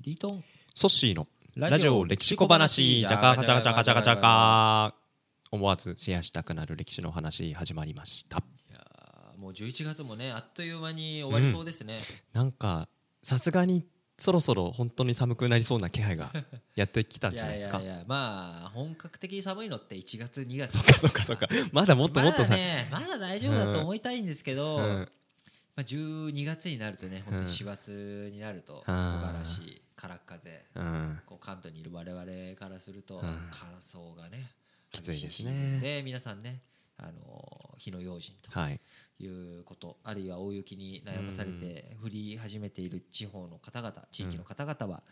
リートンソッシーのラジオ歴史小話じゃかじゃかじゃかじゃかじゃか思わずシェアしたくなる歴史の話始まりましたいやーもう11月もねあっという間に終わりそうですね、なんかさすがにそろそろ本当に寒くなりそうな 気配がやってきたんいじゃやないいですかやいやまあ本格的に寒いのって1月2月そっかそっかそっかまだもっともっとまさだねまだ大丈夫だと思いたいんですけど、うんまあ、12月になるとね本当に師走になると木あー枯らし空っ風うんこう関東にいる我々からするとん乾燥がねきついで激すねしので皆さんねあの火の用心とはいいうことあるいは大雪に悩まされて降り始めている地方の方々地域の方々は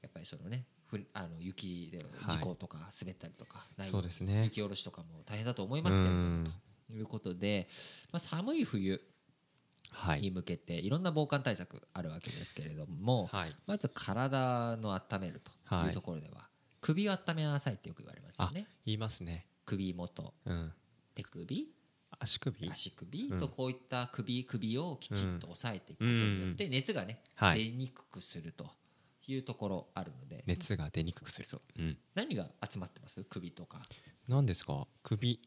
やっぱりそのねふりあの雪での事故とか滑ったりとかないそうですね雪下ろしとかも大変だと思いますけれどもうんということで、まあ、寒い冬はいに向けていろんな防寒対策あるわけですけれどもはいまず体の温めるとはいいうところでは、首を温めなさいってよく言われますよね言いますね首元うん手首足首足首うんとこういった首首をきちんと押さえていくことによって熱がねはい出にくくするというところあるので熱が出にくくするそううん何が集まってます首とか何ですか首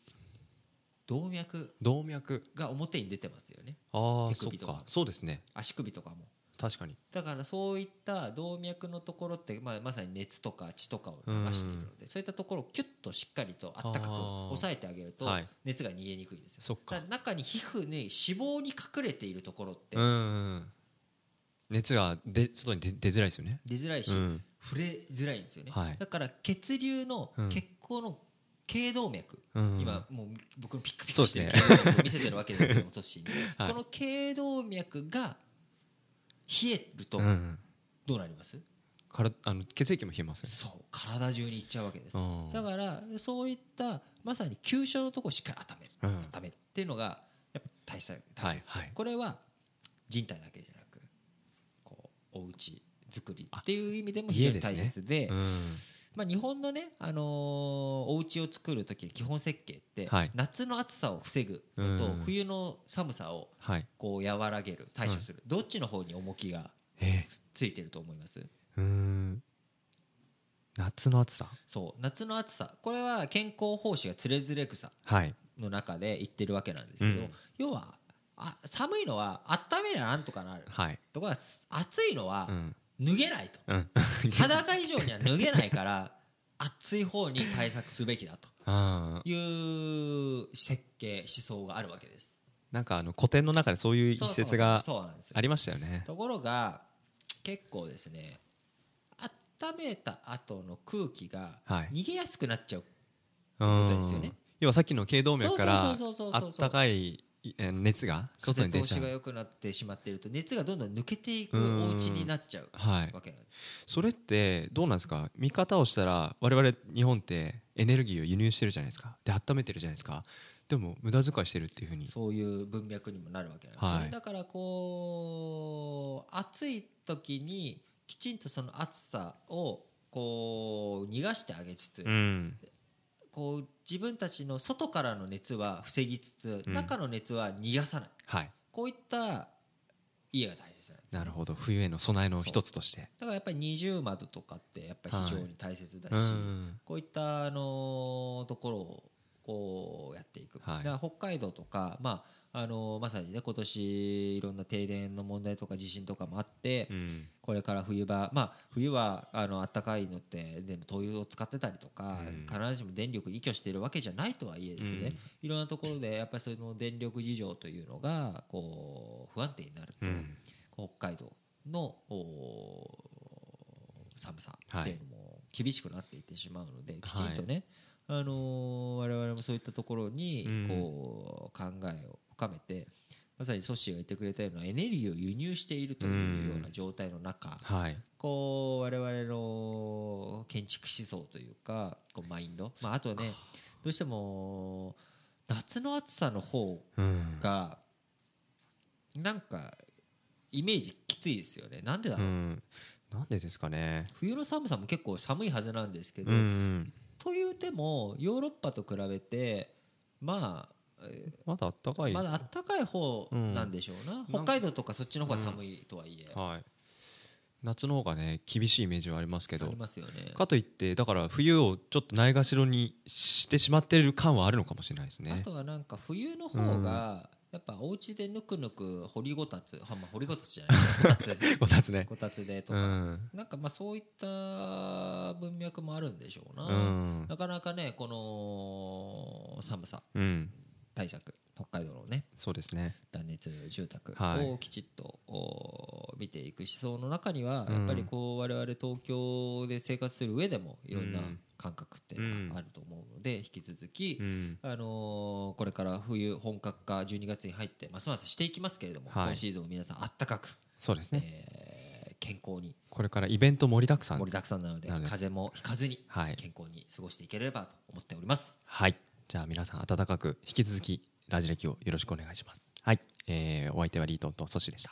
動脈動脈が表に出てますよねああ手そっ首とかかそうですね足首とかも確かにだからそういった動脈のところって、まあ、まさに熱とか血とかを流しているのでそういったところをキュッとしっかりとあったかくあー押さえてあげるとはい熱が逃げにくいんですよそっかだから中に皮膚に脂肪に隠れているところってうんうん熱がで外に出出づらいですよね出づらいし、うん触れづらいんですよね、はいだから血流のうん血行の頸動脈、うん今もう僕のピックピそッうクでしすてるね頸動脈を見せてるわけですけどもトッシーに、 はいこの頸動脈が冷えるとうんうんどうなります、からあの血液も冷えますよねそう体中にいっちゃうわけです、うんだからそういったまさに急所のところをしっかり温める、うん温めるっていうのがやっぱ大切大切、はいはいこれは人体だけじゃなくこうおうち作りっていう意味でも非常に大家です切でうんまあ、日本のね、あのーお家を作る時の基本設計って、はい夏の暑さを防ぐのうとん冬の寒さをはいこう和らげる対処する、どっちの方に重きがえつついてると思いますーうーん夏の暑さそう夏の暑さこれは健康奉仕がつれづれ草はいの中で言ってるわけなんですけど、うん要はあ寒いのは温めりゃなんとかなるはいとかす暑いのはうん脱げないと、うん 裸以上には脱げないから暑い方に対策すべきだと。あーいう設計思想があるわけです。なんかあの古典の中でそういう一そうそう節がそうなんですよありましたよねところが結構ですね温めた後の空気がはい逃げやすくなっちゃう。うことですよねん要はさっきの頸動そうそ脈かうらそうそうあそうっそうた。かいえ熱が外風に出通ちゃしがう良くなってしまっていると熱がどんどん抜けていくうんお家になっちゃうはいわけなんです。それってどうなんですか見方をしたら我々日本ってエネルギーを輸入してるじゃないですかで温めてるじゃないですかでも無駄遣いしてるっていうふうにそういう文脈にもなるわけなんですよね、はいだからこう暑い時にきちんとその暑さをこう逃がしてあげつつ、んこう自分たちの外からの熱は防ぎつつ、うん中の熱は逃がさないはいこういった家が大切なんです、ね、なるほど冬への備えの一つとしてだからやっぱり二重窓とかってやっぱり非常に大切だし、うんこういったあのところをこうやっていく、はいだから北海道とか、まああのまさにね今年いろんな停電の問題とか地震とかもあって、うんこれから冬場、まあ、冬はあの暖かいのってでも灯油を使ってたりとか、うん必ずしも電力依拠しているわけじゃないとはいえですね、いろんなところでやっぱりその電力事情というのがこう不安定になると、うん北海道のおー寒さっていうのも厳しくなっていってしまうので、きちんとね、あのー我々もそういったところにうんこう考えを深めて、まさにソッシーが言ってくれたようなエネルギーを輸入しているというような状態の中、はいこう我々の建築思想というかこうマインド、まあ、あとねどうしても夏の暑さの方うんがなんかイメージきついですよねなんでだうろう、んなんでですかね冬の寒さも結構寒いはずなんですけど、うんというてもヨーロッパと比べてまあ、えまだ暖かーいまだあったかい方なんでしょうな、ん北海道とかそっちの方が寒いとはいえ、はい夏の方がね厳しいイメージはありますけあどりますよねかといってだから冬をちょっとないがしろにしてしまってる感はあるのかもしれないですねあとはなんか冬の方が、やっぱお家でぬくぬく掘りごたつ、あまあ、掘りごたつじゃない こたつこたつねこたつでとうか、んなんかまあそういった文脈もあるんでしょうな、うんなかなかねこの寒さうん対策北海道のねそうですね断熱住宅はいをきちっと、お見ていく思想の中には、うんやっぱりこう我々東京で生活する上でもいろんなうん感覚っていうのがあると思うので、引き続き、うんあのーこれから冬本格化12月に入ってますますしていきますけれども、はい今シーズンも皆さんあったかく、そうですねえー健康にこれからイベント盛りだくさん盛りだくさんなのでなるほど風邪もひかずにはい健康に過ごしていければと思っております。はい。じゃあ皆さん温かく引き続きラジ歴をよろしくお願いします。はい。えーお相手はリートンとソシでした。